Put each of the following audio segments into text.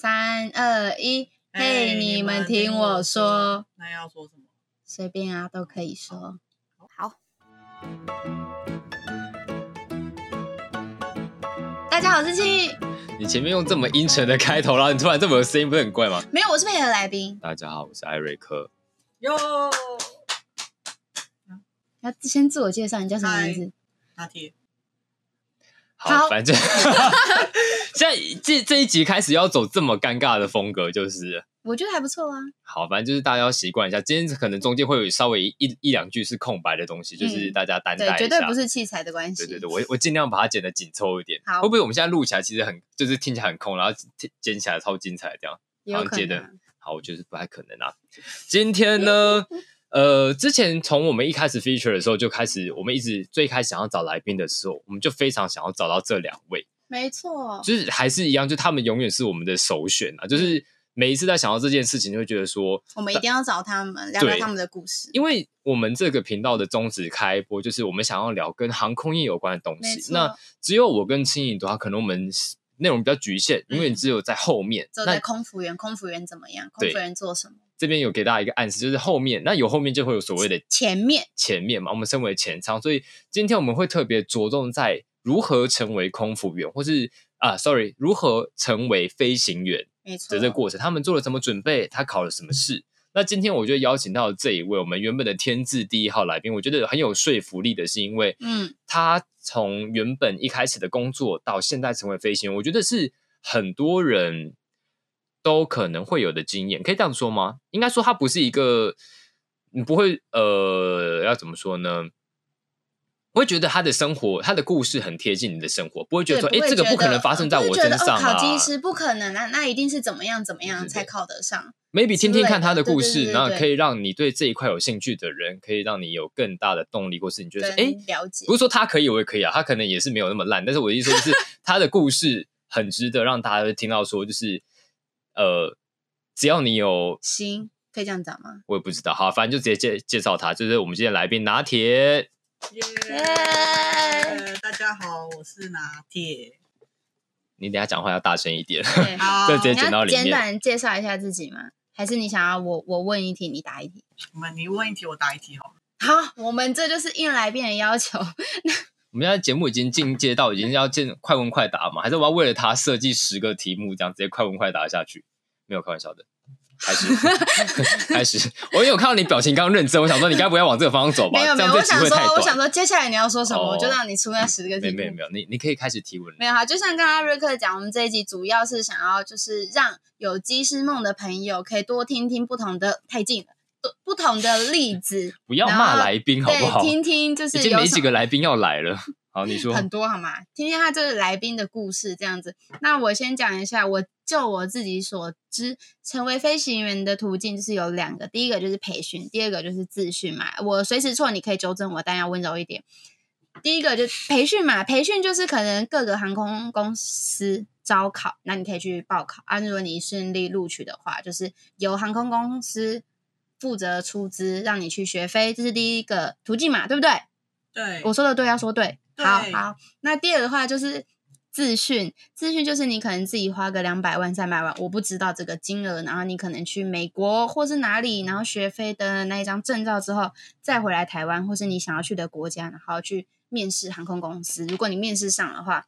三二一，嘿，你们听我说，，那要说什么？随便啊都可以说。好，大家好，我是七，你前面用这么阴沉的开头，然后你突然这么有声音，不是很怪吗？没有，我是配合来宾，大家好，我是艾瑞克，哟，要先自我介绍，你叫什么名字？拿铁，好，好反正 现在这这一集开始要走这么尴尬的风格，就是我觉得还不错啊，好，反正就是大家要习惯一下。今天可能中间会有稍微一一一两句是空白的东西，就是嗯大家担待对一下。，绝对不是器材的关系。对对对，我我尽量把它剪得紧凑一点。好会不会我们现在录起来其实很就是听起来很空，然后剪剪起来超精彩这样？也有可好接能的啊。好，我觉得不太可能啊。今天呢，呃，之前从我们一开始 feature 的时候就开始，我们一直最开始想要找来宾的时候，我们就非常想要找到这两位，没错，就是还是一样，就他们永远是我们的首选啊。就是每一次在想到这件事情，就会觉得说，我们一定要找他们聊对聊他们的故事。因为我们这个频道的宗旨开播，就是我们想要聊跟航空业有关的东没西。错那只有我跟青颖的话，可能我们内容比较局限，因为只有在后面。嗯走在那空服员，空服员怎么样？空对服员做什么？这边有给大家一个暗示，就是后面那有后面就会有所谓的前面前面嘛，我们身为前舱，所以今天我们会特别着重在如何成为空服员，或是啊，sorry，如何成为飞行员没错，的这个过程，他们做了什么准备，他考了什么试。那今天我就邀请到这一位我们原本的天字第一号来宾，我觉得很有说服力的，是因为嗯，他从原本一开始的工作到现在成为飞行员，我觉得是很多人都可能会有的经验，可以这样说吗？应该说他不是一个，你不会呃，要怎么说呢？不会觉得他的生活，他的故事很贴近你的生活，不会觉得说，对哎，这个不可能发生在我身不会上觉得哦啊考。机师不可能啊，那一定是怎么样怎么对样对对才考得上。 maybe 听听看他的之类的故对对事，对对然后对可以让你对这一块有兴趣的人，可以让你有更大的动力，或是你觉得说，哎，跟了解不是说他可以，我也可以啊，他可能也是没有那么烂，但是我的意思说就是他的故事很值得让大家听到，说就是呃，只要你有，行，可以这样讲吗？我也不知道，好，反正就直接介介绍他，就是我们今天来宾拿铁，耶 耶！呃大家好，我是拿铁。你等一下讲话要大声一点， 对好，这直接你剪要到里简面。短介绍一下自己吗？还是你想要我我问一题，你答一题？你们你问一题，我答一题好了。好，我们这就是硬来宾的要求。我们现在节目已经进阶到已经要见快问快答嘛，还是我要为了他设计十个题目，这样直接快问快答下去？没有开玩笑的。开始，开始！我有看到你表情刚刚认真，我想说你该不会要往这个方向走吧？没有这没样有，这我集想会太说，短。我想说，接下来你要说什么，哦我就让你出那十个没题有没有目。没有，你你可以开始提问了。没有啊哈，就像刚刚瑞克讲，我们这一集主要是想要就是让有机师梦的朋友可以多听听不同的，太近了，多不同的例子， 不要然骂后来宾好不好？对，听听就已是经有没什几个来宾要来了。 好，你说很多好吗？听听他这个来宾的故事这样子。那我先讲一下，我就我自己所知，成为飞行员的途径就是有两个，第一个就是培训，第二个就是自训嘛。我随时错，你可以纠正我，但要温柔一点。第一个就培训嘛，培训就是可能各个航空公司招考，那你可以去报考。啊，如果你顺利录取的话，就是由航空公司负责出资让你去学飞，这是第一个途径嘛，对不对？对，我说的对要说对，好对好。那第二的话就是自训，自训就是你可能自己花个两百万、三百万，我不知道这个金额，然后你可能去美国或是哪里，然后学飞的那一张证照之后，再回来台湾或是你想要去的国家，然后去面试航空公司。如果你面试上的话，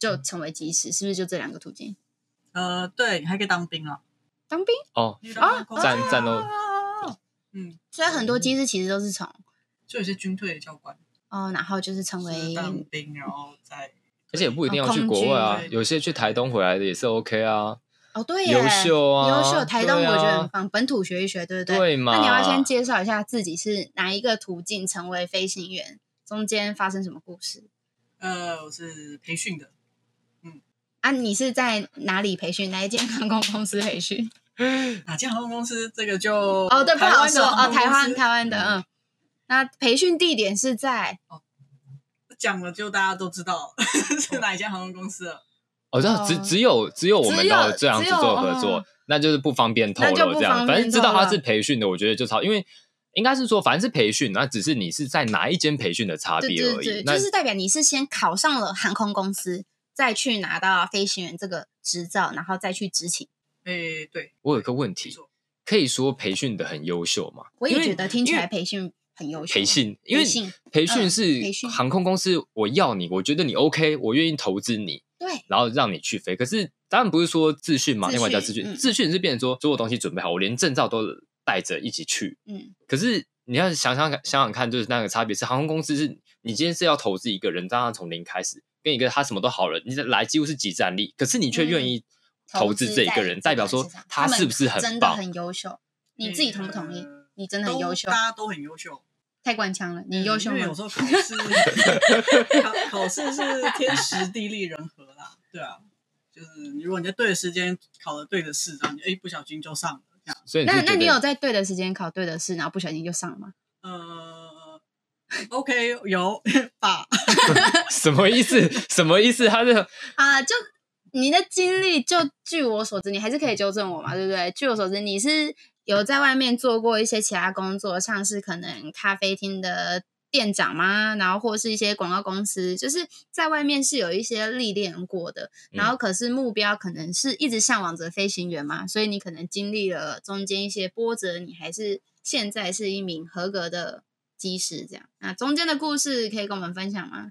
就成为技师，是不是就这两个途径？呃，对，你还可以当兵啊，当兵，哦，你当哦战战斗嗯，所以很多技师其实都是从就有些军队的教官哦，然后就是成是为当兵，然后再 而且也不一定要去空国外啊军，对有些去台东回来的也是 OK 啊。哦，对耶，优秀啊优秀，台东我对啊觉得很棒，本土学一学，对不对？对嘛那你要不要先介绍一下自己是哪一个途径成为飞行员，中间发生什么故事呃，我是培训的，啊？你是在哪里培训？哪一间航空公司培训？哪间航空公司？啊这个就哦哦，对，不好说哦，台湾他台湾的，嗯。那培训地点是在讲了 就大家都知道是哪一间航空公司啊了。哦，这样只哦只有只有我只们有到这样子只有做合哦作，那就是不方便透那就露不这方样。便反正知透道露他是培训的，我觉得就超，因为应该是说反正是培训，那只是你是在哪一间培训的差对别对而对，已。就那是代表你是先考上了航空公司，再去拿到飞行员这个执照，然后再去执勤。没诶，对，我有一个问没题，错，可以说培训的很优秀吗？我因也为觉得听起因为来培训很优秀。啊培训，因为培训培训嗯是培训航空公司，我要你，我觉得你 OK，我愿意投资你，对，然后让你去飞。可是当然不是说自训嘛，自另外叫训自训，嗯自训是变成说所有东西准备好，我连证照都带着一起去。嗯，可是你要想想看想想看，就是那个差别是，航空公司是你今天是要投资一个人，让他从零开始，跟一个他什么都好了，你来几乎是即战力，可是你却愿意嗯投资这一个人，代表说他是不是很真很的棒？很优秀？你自己同不同意？嗯你真的很都优秀大，家都很优秀，太官腔了，你优秀嗯吗因为？有时候考试， 考考试是天时地利人和啦，对啊，就是如果你在对的时间考了对的试，然后你哎不小心就上了这样，所以那是那觉你得有在对的时间考对的试，然后不小心就上吗？呃，OK 有吧，什么意思？ 什么意思？他是啊，就你的经历，就据我所知，你还是可以纠正我嘛，对不对？据我所知，你是有在外面做过一些其他工作，像是可能咖啡厅的店长吗？然后或是一些广告公司，就是在外面是有一些历练过的。然嗯后可是目标可能是一直向往着飞行员嘛，所以你可能经历了中间一些波折，你还是现在是一名合格的。机师这样，那中间的故事可以跟我们分享吗？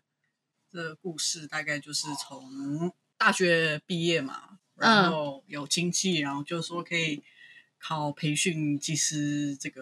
这个故事大概就是从大学毕业嘛，嗯然后有亲戚，然后就说可以考培训技师这个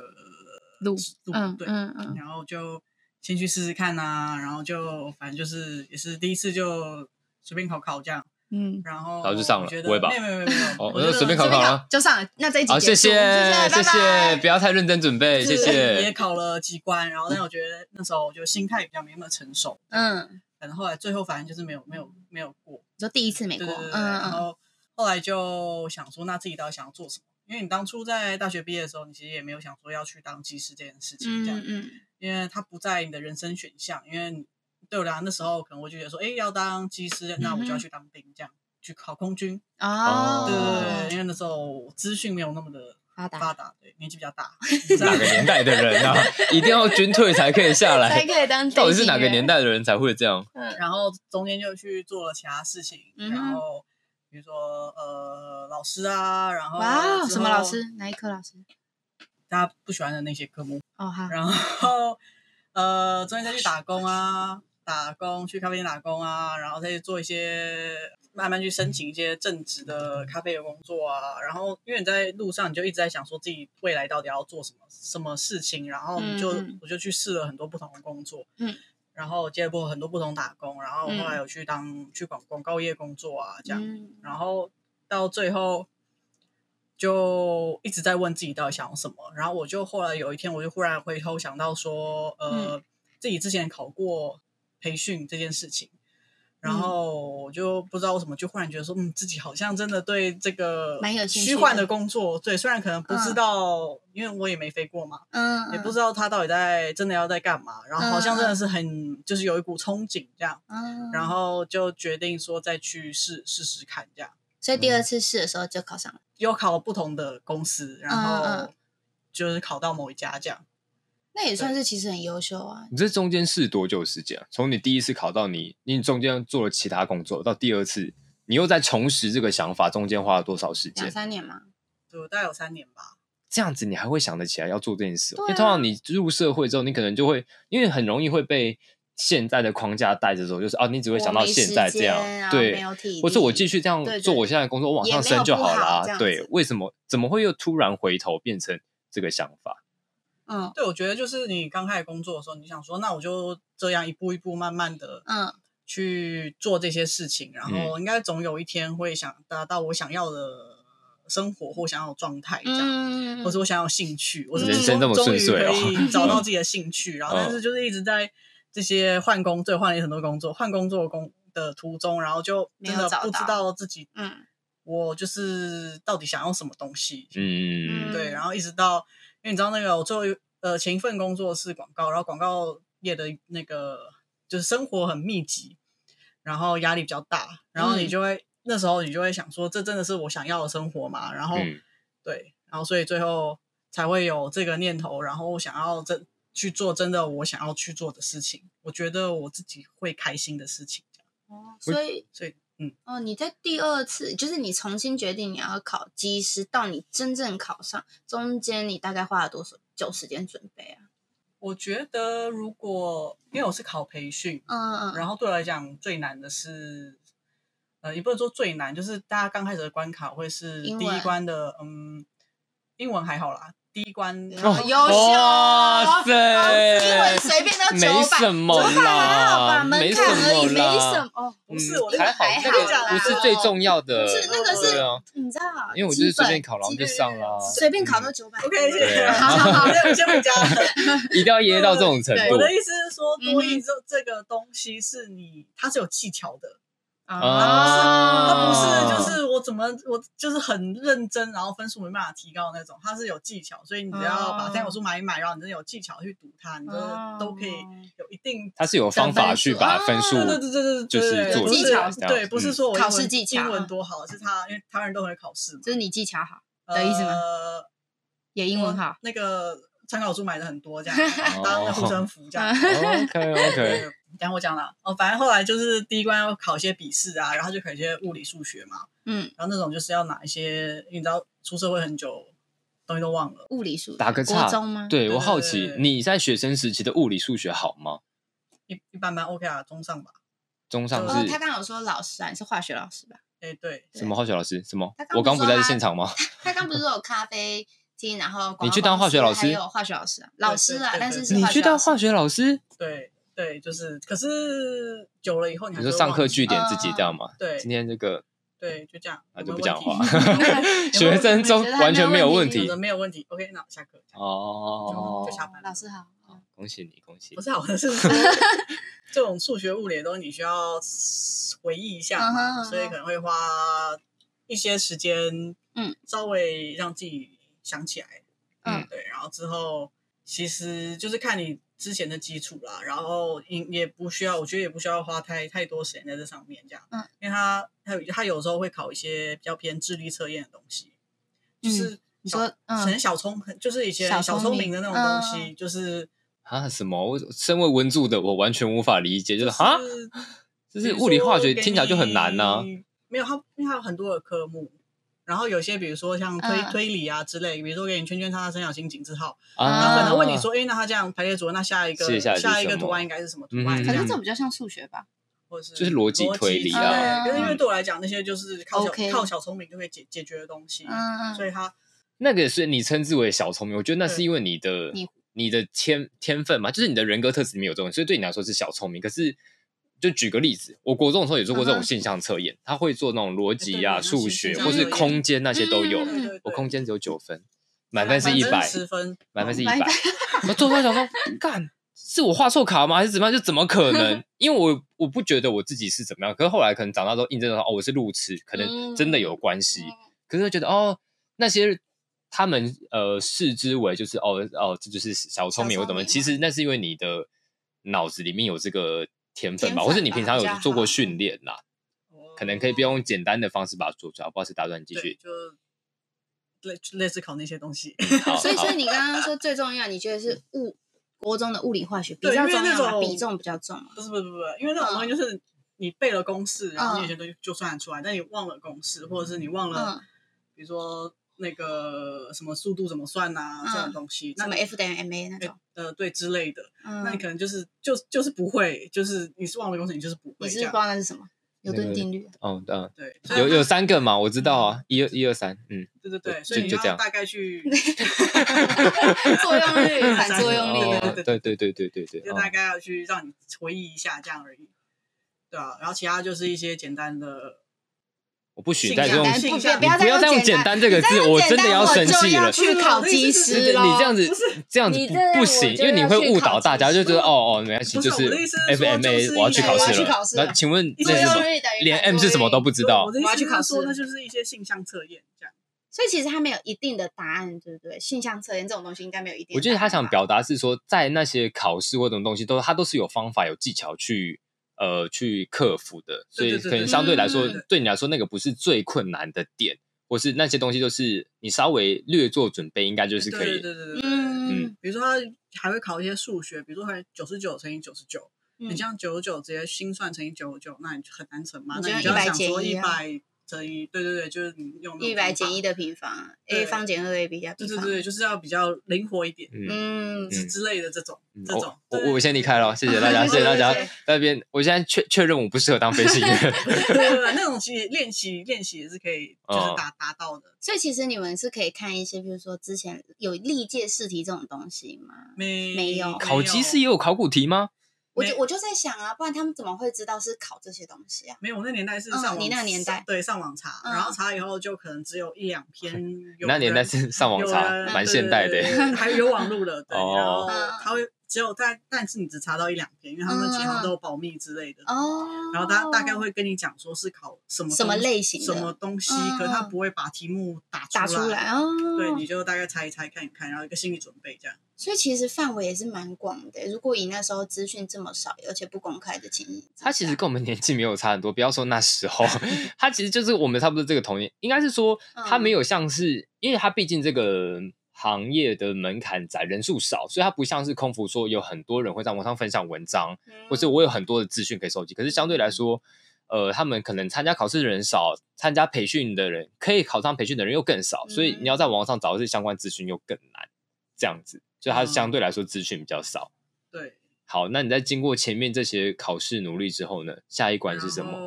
路路，嗯对，嗯嗯，然后就先去试试看呐、然后就反正就是也是第一次就随便考考这样，嗯，然后然后就上了我觉得不会吧没有没有没有没有，哦觉得那随便考随考便啊考就上了。那这一集好，结谢束谢谢谢谢，拜不拜。要太认真准备，就哎谢是也谢。考了几关，然后但我觉得那时候就心态比较没那么成熟，嗯，反正后来最后反正就是没有没有没有过，你说第一次美对国，对嗯对对，然嗯，后后来就想说，那自己到底想要做什么？因为你当初在大学毕业的时候，你其实也没有想说要去当技师这件事情，这样嗯，嗯，因为它不在你的人生选项。因为你对我来讲，那时候可能我就觉得说，哎，要当技师，那我就要去当兵，这样去考空军。嗯哦，对对对，对，因为那时候资讯没有那么的发发达达，对，年纪比较大， 哪个年代的人啊，一定要军退才可以下才来？可以嗯当。 到底是哪个年代？代的人才会这样？ 然后中间就去做了其他事情，嗯哼然后比如说呃老师啊，然后哇哦，之什么后老师？哪一科老师？大家不喜欢的那些科目。哦，好，然后呃，中间再去打工啊，打工去咖啡店打工啊，然后再去做一些慢慢去申请一些正职的咖啡的工作啊。然后因为你在路上，你就一直在想说自己未来到底要做什么什么事情，然后你就、嗯嗯我就去试了很多不同的工作，嗯。然后接过很多不同打工，然后后来有去当、去广广告业工作啊，这样，嗯然后到最后就一直在问自己到底想要什么。然后我就后来有一天，我就忽然回头想到说，嗯呃，自己之前考过培训这件事情，然嗯后我就不知道为什么，就忽然觉得说，嗯，自己好像真的对这个蛮有兴趣虚幻的的工作，对，虽然可能不知嗯道，因为我也没飞过嘛，嗯，也不是，知道他到底在真的要在干嘛，然后好像真嗯嗯的是很就是有一股憧憬这样，嗯，然后就决定说再去试试试看这样。所以第二次试的时候就考上了。有考不同的公司，然嗯后嗯就是考到某一家这样。那也算是其实很优秀啊。你这中间是多久时间啊？从你第一次考到你，你中间做了其他工作，到第二次你又在重拾这个想法，中间花了多少时两间？三年嘛，就大概有三年吧。这样子你还会想得起来要做这件事哦、对啊因为通常你入社会之后，你可能就会，因为很容易会被现在的框架带着走，就是啊，你只会想到现我在这没时间然样，后没对，有体力，或者我继续这样对对做我现在的工作，我往上升就也没有不好啦这样。子对，为什么怎么会又突然回头变成这个想法？嗯对，我觉得就是你刚开始工作的时候，你想说，那我就这样一步一步慢慢的嗯去做这些事情，然后应该总有一天会想达到我想要的生活或想要的状态这样。嗯，或者我想要有兴趣，我是人生这么终于顺遂哦可以 找到自己的兴趣，然后但是就是一直在这些换工作，换了很多工作，换工作的工的途中，然后就真没有的找不知到道自己嗯我就是到底想要什么东西，嗯，对，然后一直到，因为你知道那个我最后一呃前一份工作是广告，然后广告业的那个就是生活很密集，然后压力比较大，然后你嗯就会、那时候你就会想说，这真的是我想要的生活嘛？然后、嗯对，然后所以最后才会有这个念头，然后想要真去做真的我想要去做的事情，我觉得我自己会开心的事情，哦所以所以嗯，哦，你在第二次，就是你重新决定你要考机师，到你真正考上，中间你大概花了多少久时间准备啊？我觉得如果因为我是考培训，嗯嗯，然后后对我来讲最难的是，呃，也不能说最难，就是大家刚开始的关卡会是英第一文关的，嗯，英文还好啦，第一关哦优秀哇塞，英文随便都嗯没九百，什么九百还好吧，啦，啊门没槛什而已，么没什啦么，。哦，不是嗯我的还好，还那好个啦不是最重要的。不是那个对是啊，你知道，因为我就基是随本便考，然后基就本上啦，嗯随便考到九百 OK，谢对谢， 啊好好好我先回 家了。一定要噎到这种程对度我。的意思是说，多嗯音这这个东西是你，它是有技巧的， 啊它啊，不是啊就是我怎么我就是很认真，然后分数没办法提高的那种，它是有技巧，所以你只要把哦参考书买一买，然后你真的有技巧去读它，你真的都可以有一定。它是有方法去啊把分数对啊对对对对，就是对做不技巧这样嗯对，不是说我英文考试技巧啊英文多好，是他因为台湾人都很会考试嘛就是你技巧好，的意思吗呃，也英文好，那个参考书买的很多，这 样当那护身符这样。哦 OK OK，然后我讲了哦，反正后来就是第一关要考一些笔试啊，然后就考一些物理、数学嘛，嗯，然后那种就是要拿一些，因为你知道出社会很久，东西都忘了。物理数学打个国岔中吗？，对对我好奇对，对你在学生时期的物理、数学好吗？一一般般 OK 啊，中上吧。中上哦，是他刚刚有说老师啊，你是化学老师吧？哎，对，什么化学老师？什么他？刚我刚不不是说在他现场吗？他刚不是说有咖啡厅，然后广告你去当化学老师公司还有化学老师啊，老师啊，对对对但是是你化学去当老师化学老师？对对，就是，可是久了以后你你还说是会上忘课记嗯据点自己这样吗？对今天这个对，就这样啊，有就没不有讲问话，题 学生中完全没有问有题的没有问题，OK，那我下课。哦就。下班了老师好，哦好恭喜你，恭喜不！是啊，我 是 说这种数学、物理的东西，你需要回忆一下嗯哼嗯嘛，哼所以可能会花一些时间，嗯，稍微让自己想起来，嗯对，然后之后其实就是看你之前的基础啦，然后也也不需要，我觉得也不需要花太太多时间在这上面这样，嗯，因为他他有他有时候会考一些比较偏智力测验的东西，就嗯是你小说嗯很小聪，很就是以前小小聪聪明明的那种嗯东西，就是。啊，什么？我身为文著的，我完全无法理解，就是啊，是就比是如物理、化说学给听起来就很难啊呐。你没有，它因为它有很多的科目，然后有些比如说像推、嗯推理啊之类，比如说给你圈圈叉叉三角形井字号，啊然啊，后可能问你说，哎、那它这样排列组合，那下一个接下来是一个什么图案应该是什么图嗯案？可这是样这比较像数学吧？或是就是逻辑推理啊啊。可是因为嗯对我来讲，那些就是靠小 OK 靠小聪明就可以解解决的东西，嗯所嗯，以它那个是你称之为小聪明，我觉得那是因为你的你你的天天分嘛，就是你的人格特质里面有这种，所以对你来说是小聪明。可是就举个例子，我国中的时候也做过这嗯种哼现象测验，他会做那种逻辑对对对啊、数学那或是是现象测验空间那些都有哦嗯。对对对我空间只有九分，满分是一百，十分，满分是一百哦百。 我做出来想说，干是我画错卡吗？还是怎么样？就怎么可 能？因为我我不觉得我自己是怎么样。可是后来可能长大之后印证到，哦，我是路痴，可能真的有关系。可是就觉得哦，那些他们呃视之为就是哦哦，这就是小聪小聪明，明我怎么？其实那是因为你的脑子里面有这个天分天吧，分或是啊你平常吧比有较做过好训练啦，哦可能可以不用简单的方式把它做出来。不好意思，打断你继对，续。就类类似考那些东西。好，所以好所以你刚刚说最重要，你觉得是物国中的物理化学比对较因为重那要吗？种比重比较重吗？不是不是不是，因为那种东西就是你背了公式，然后嗯你以前都就算得出来，但你忘了公式，或者是你忘了嗯，，比如说那个什么速度怎么算呐、嗯这种东西，那什么 F 等于 ma 那对种，呃对之类的，那你嗯，可能就是就就是不会，就是你是忘了公式，你就是不你会是不知这样。道那是什么牛顿定律？啊嗯嗯，对，有有有三个嘛，我知道啊，一二一二三，嗯，对对对，就所以你就这要样大 概去，作用力、反作用力哦的，对对对对对对，就哦大概要去让你回忆一下这样而已，对啊，然后其他就是一些简单的，我不许信再仰用来来信不箱不你要不要再用用简单单这个字，我真的要生气了。去考技师你这样子这样子你不这样不我行，就因为你要会去误考导大技家，就师觉得哦哦没关系，不就是我的意思是说 FMA 就是我要去一考个试我要去考了。试那了请问一那是个什作么用？力等于连反 M 是什么作用力都不知道我的意我要思去考是说，试那就是一些性向测验这样。所以其实它没有一定的答案，对不对？性向测验这种东西应该没有一定的答案吧。我觉得他想表达是说，在那些考试或者东西都，他都是有方法、有技巧去呃去克服的，所对以对可对能对相对来说嗯对，对你来说那个不是最困难的点，或是那些东西都是你稍微略做准备，应该就是可对以对对对对对。嗯，嗯嗯比如说他还会考一些数学，比如说还九十九乘以九十九，嗯你这样九十九直接心算乘以九十九，那你就很难乘嘛。你那就你就要100想说减一一啊百乘以，对对对，就是你用一百减一，一的平方，a 对方减二 a 比较对平对方。对，就是要比较灵活一点嗯，嗯，嗯之类的这种嗯这我种。我对我先离开了，谢谢 大家，对谢谢大家对对。那边我现在确确认我不适合当飞 行员，对对对，那种其实练习练习也是可以，哦就是达达到的。所以其实你们是可以看一些，比如说之前有历届试题这种东西吗？没没有考机是也有考古题吗？我就没我就在想啊，不然他们怎么会知道是考这些东西啊？没有，我那年代是嗯上网，你那个年代对上网查，嗯然后查以后就可能只有一两 篇有人。那年代是上网有查人，哦蛮对现代的对对耶。对还有网路了，对，哦然后他会只有但但是你只查到一两篇，因为他们嗯其他都有保密之类的。哦，然后他大概会跟你讲说是考什么什么东类型的什么东西嗯，可他嗯不会把题目打打出来哦。对，你就大概猜一猜看一看，然后一个心理准备这样。所以其实范围也是蛮广的。如果以那时候资讯这么少，而且不公开的情形之下，他其实跟我们年纪没有差很多，不要说那时候，他其实就是我们差不多这个童年，应该是说他没有像是，因为他毕竟这个行业的门槛窄，人数少，所以他不像是空服说有很多人会在网上分享文章，嗯或是我有很多的资讯可以收集。可是相对来说，呃，他们可能参加考试的人少，参加培训的人可以考上培训的人又更少，所以你要在网上找到这相关资讯又更难，这样子，就他相对来说资讯比较少。对，好，那你在经过前面这些考试努力之后呢？下一关是什哦么？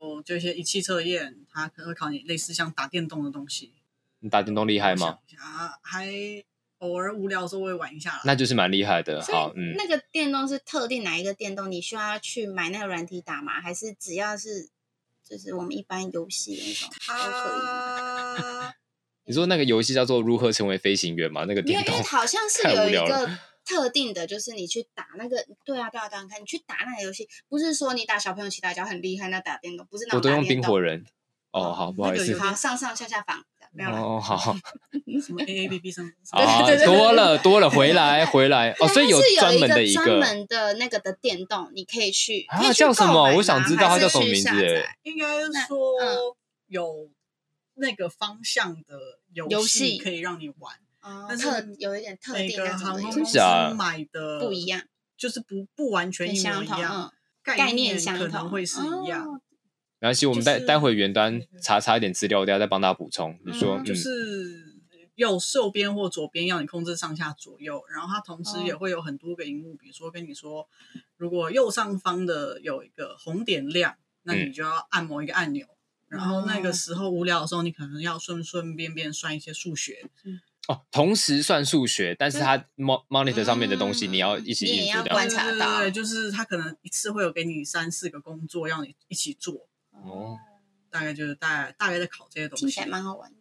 么？就一些仪器测验，他可能会考你类似像打电动的东西。你打电动厉害我吗？想一下啊，还偶尔无聊的时候会玩一下啦。那就是蛮厉害的。好所，以嗯，那个电动是特定哪一个电动？你需要去买那个软体打吗？还是只要是就是我们一般游戏那种都可以吗？他你说那个游戏叫做《如何成为飞行员》吗？那个因电为因为动好 像是太有无一聊了个特定的，就是你去打那个，对啊对啊对啊，你看你去打那个游戏，不是说你打小朋友起打脚很厉害，那打电动不是那我种都打用电冰动火，人。哦，好，不好意那个 思有。好上上下下房，没有啦哦，好，什么 A A B B 上啊对对对，对多了多了，回来回来哦，对所以它是有专门的一一专门的那个的电动，你可以去啊可以去叫什么购买吗我想知道它还是叫什么去名字下欸载应该嗯说有那个方向的游游戏可以让你玩，哦但是特有一点特每定个那种航的空游公戏司假买的不一，样，就是不不完全很一模相一同，样嗯，，概概念相可同，能会是一样。哦没关系，我们待就是待会原端查查一点资料，等下再帮大家补充。你说，嗯嗯就，是右手边或左边要你控制上下左右，然后它同时也哦会有很多个荧幕，比如说跟你说，如果右上方的有一个红点亮，那你嗯就要按某一个按钮。然后那哦个时候无聊的时候，你可能要顺顺便便算一些数学，哦，同时算数学，但是它 mon monitor 上面的东西嗯你要一起你也应要付掉。观察对对到对，就是他可能一次会有给你三四个工作让你一起做，哦，大概就是大概大概在考这些东听西起来。蛮好玩的。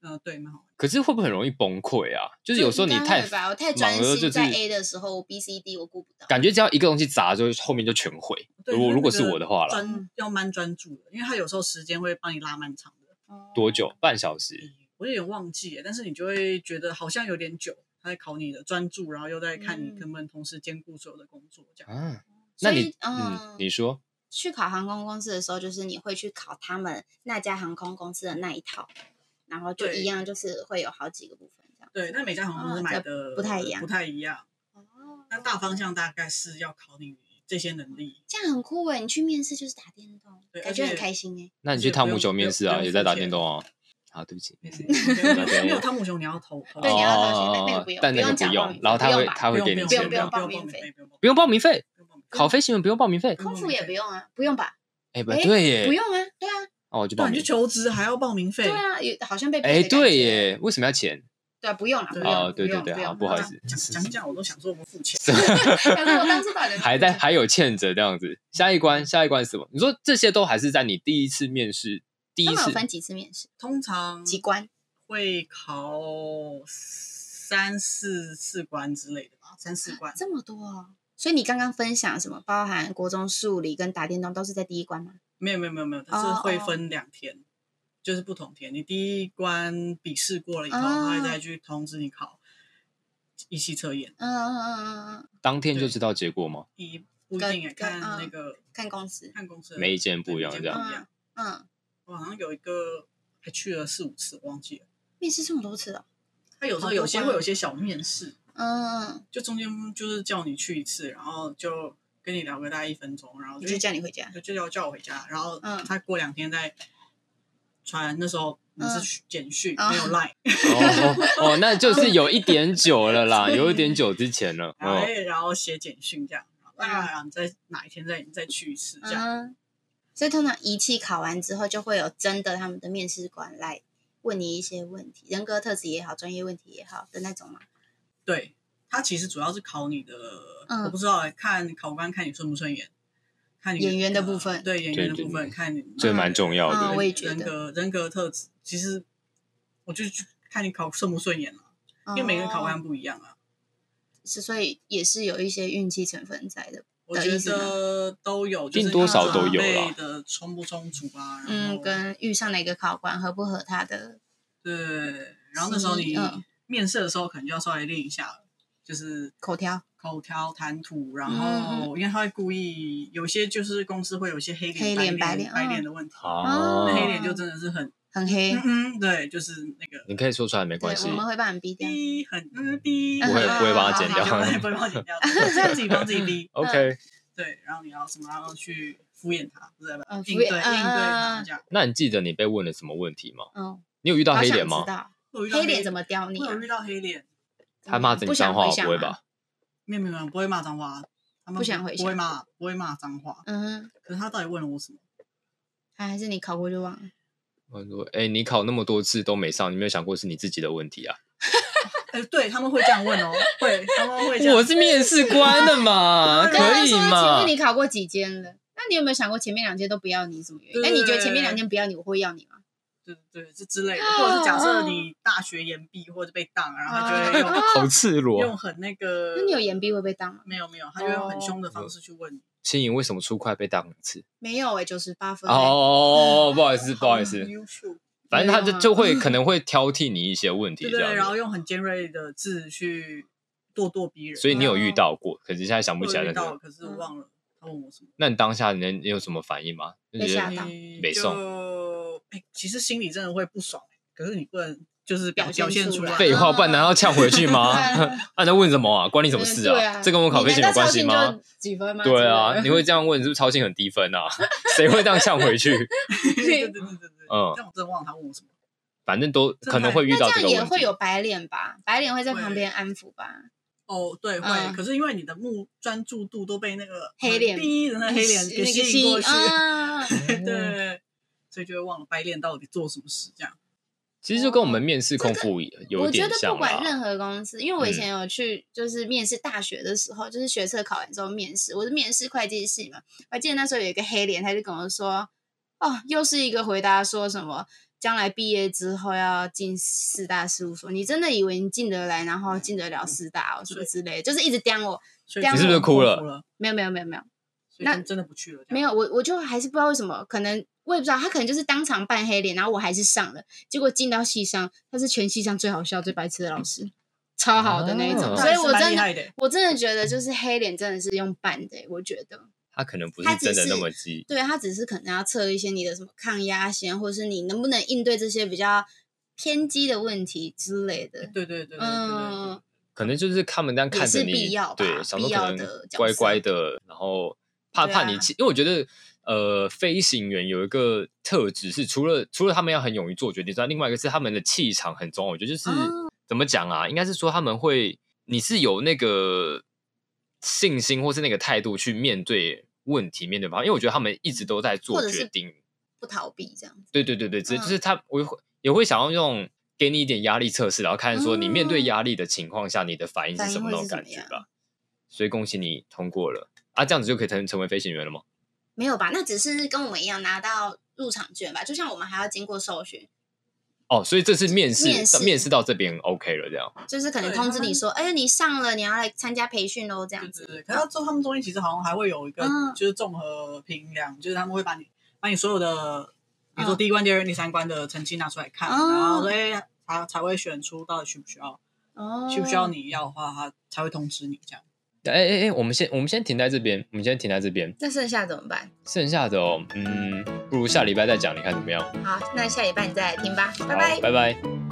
嗯、对，蛮好玩。可是会不会很容易崩溃啊？就是就有时候你应该太会吧，我太忙专了就心在是 A 的时候，我 B、C、D 我顾不到。感觉只要一个东西砸，就后面就全毁。对如果那如果个是我的话啦，专要蛮专注的，因为他有时候时间会帮你拉漫长的。哦多久？？半小时。我有点忘记耶，但是你就会觉得好像有点久，他在考你的专注，然后又在看你嗯能不能同时兼顾所有的工作，这样。啊，所那以你嗯嗯，，你说去考航空公司的时候，就是你会去考他们那家航空公司的那一套，然后就对一样，就是会有好几个部分这样。对，但每家航空公司哦买这的不太一样不太一样。哦那大方向大概是要考你这些能力，这样很酷哎！你去面试就是打电动，对感而觉很且开心哎。那你而去且汤不姆用熊面不试用啊，不也用在付打钱电动啊。好，对不起。嗯 没事没有没有汤姆熊你要投投对你要投钱那那个哦不用但不那个用不讲报用名，然后费不用他会吧他会给你不用钱不用的，报名名费不用不用报名费，考费。飞行员不用报名费。空服也不用啊，不用吧？哎，不哎对耶，不用啊，对啊，哦，我就报那你名去。求职还要报名费对？啊，有好像被骗哎，的感对觉，耶，为什么要钱？对啊，不用了，不对用啊哦，了，对不对用对，好，不不用好意了思，讲讲讲，我都想说我们付钱。可是我当时到底有没有还在付钱还有欠着这样子。下一关，下一关是什么？你说这些都还是在你第一次面试，第他一们有次分几次面试，通常几关？会考三四四关之类的哦吧，三四关。这么多哦。所以你刚刚分享什么，包含国中数理跟打电动都是在第一关吗？没有没有没有没有，它是哦会分两天，就是不同天。你第一关笔试过哦了以后，他会再去通知你考仪器测验。嗯嗯嗯嗯嗯，当天就对知道结果吗？一不一跟定也欸跟看嗯那个看公司，看公司的，每一间不对一样每一这间样不一样。嗯，我好像有一个还去了四五次，我忘记了。面试这么多次哦。他有时好候多有些关会有些小面试，嗯，就中间就是叫你去一次，然后就跟你聊个大概一分钟，然后我就叫你回家。就就叫叫我回家，然后嗯他过两天再传，那时候你嗯是简讯、哦没 有 line，哦哦，那就是有一点久了 啦，有一点久之前了。然后、嗯，哎然后写简讯这样，然后嗯啊，然后你再哪一天再再去一次这样，嗯，所以通常仪器考完之后，就会有真的他们的面试官来问你一些问题，人格特质也好，专业问题也好的那种嘛。对。他其实主要是考你的，嗯我不知道、哎，看考官看你顺不顺眼，看你演员的部分对演员的对部分对看你这蛮重要嗯的。我也觉人得格人格特质，其实我就去看你考顺不顺眼了、因为每个人考哦官不一样啊。是，所以也是有一些运气成分在的。我的觉意思吗得都有，就一定是多少都有啦了的充不充足啊，然嗯，后跟遇上哪个考官合不合他的，对，然后那时候你嗯面试的时候可能就要稍微练一下了，就是口条口条、谈吐，然嗯后因为他会故意有些就是公司会有一些黑黑脸、脸白白脸白嗯脸的问题，哦那嗯黑脸就真的是很很黑，嗯嗯，对，就是那个你可以说出来没关对，系我。们会帮你逼掉。逼很嗯逼，不会不会把它剪掉嗯不会不会帮它剪 掉，对自己帮自己逼， OK，呃对，然后你要什么然后去敷衍他，对吧？嗯应敷衍对应对嗯嗯他嗯这样。那你记得你被问了什么问题吗？嗯，你有遇到好黑想脸知吗？道我有遇到黑脸怎么刁你我啊有？遇到黑脸，他骂你不脏想话回不想啊会吗吧？？没有没有没有，不会骂脏话，啊他们不想回不会想骂，不会骂脏话。嗯，可是他到底问了我什么？还还是你考过就忘了。我说，哎，你考那么多次都没上，你没有想过是你自己的问题啊？哎，对他们会这样问哦，会他们会这样。我是面试官的嘛， 跟他可以啊说嘛前面？你考过几间了？那你有没有想过前面两间都不要你什么原因？那对你觉得前面两间不要你，我会要你吗？对对对，这之类的，或者是假设你啊大学延毕或者被当，然后他就 会用好赤裸啊用。很那个那你有延毕会被当吗？没有没有，他就会用很凶的方式去问你。新颖为什么出快被打两次？没有哎，九十八分哦欸。哦，哦不好意思，不好 哎很意思，优秀，反正他就没有啊就会可能会挑剔你一些问题对这对，然样后子。用很尖锐的字去咄咄逼人。所以你有啊遇到过，可是现在想不我起来有遇了。到，可是我忘嗯了他问我什么。那你当下你能你有什么反应吗？就被觉吓得嗯到你北就宋哎、其实心里真的会不爽、欸可是你不能就是表表表现现出出来来。 废话，不然难道呛回去吗？对啊 啊，那问什么啊？关你什么事对啊？这跟我考飞行有关系你难吗道超？勤就几分吗？对啊，之你类会这样问，是不是超信很低分啊？谁会这样呛回去？对对对对对对。嗯但我真的忘了他问我什么。反正 都这可能会遇的到那这个样也问会题有。白脸吧？白脸会在旁边安抚吧？哦，对，会。嗯可是因为你的目专注度都被那个黑脸逼人的黑脸给那个吸引过去， 啊，对，所以就会忘了白脸到底做什么事这样。其实就跟我们面试空腹有我一觉点得不像管啦。嗯任何公司，因为我以前有去就是面试大学的时候，就是学测考完之后面试，我是面试会计系嘛。我还记得那时候有一个黑脸，他就跟我说：“哦，又是一个回答说什么将来毕业之后要进四大事务所，你真的以为你进得来，然后进得了四大、哦、什么之类的，就是一直刁我。所以这样你是不是哭了我了？没有没有没有没有所以那真真的不去了。没有，有，我我就还是不知道为什么，可能我也不知道，他可能就是当场扮黑脸，然后我还是上了，结果进到系上，他是全系上最好笑、最白痴的老师，超好的那一种，啊所以我哦那还是蛮真厉的害的。我真的觉得就是黑脸真的是用扮的、欸我觉得，他可能不他是只真的那是么激，对他只是可能要测一些你的什么抗压性，或者是你能不能应对这些比较偏激的问题之类的，对对对对对对。嗯，可能就是他们这样看着也是必你要吧，对，想说必要可能的角色乖乖的，然后怕对怕你啊气，因为我觉得呃，飞行员有一个特质是，除了除了他们要很勇于做决定之外，另外一个是他们的气场很重要。我觉得就是、哦怎么讲啊，应该是说他们会，你是有那个信心或是那个态度去面对问题，面对方，因为我觉得他们一直都在或做者决是定。不逃避这样子，对对对对，嗯只就是他，我也会也会想要用给你一点压力测试，然后看说你面对压力的情况下，你的反应是什么那种嗯反应感觉会是怎么吧。所以恭喜你通过了啊，这样子就可以成成为飞行员了吗？没有吧？那只是跟我们一样拿到入场券吧，就像我们还要经过受训。哦，所以这次面试面试面试到这边 OK 了，这样就是可能对通他知你们说，哎、你上了，你要来参加培训哦喽，这对样对子。对，可是他做他们中间其实好像还会有一个嗯就是综合评量，就是他们会把你把你所有的，比如说嗯第一关、第二关、第三关的成绩拿出来看，哦然后所以他才会选出到底需不需要，哦需不需要？你要的话，他才会通知你这样。哎哎哎，我们先我们先停在这边，我们先停在这边，那剩下怎么办？剩下的哦，嗯，不如下礼拜再讲，你看怎么样？好，那下礼拜你再来听吧，拜好拜。拜拜。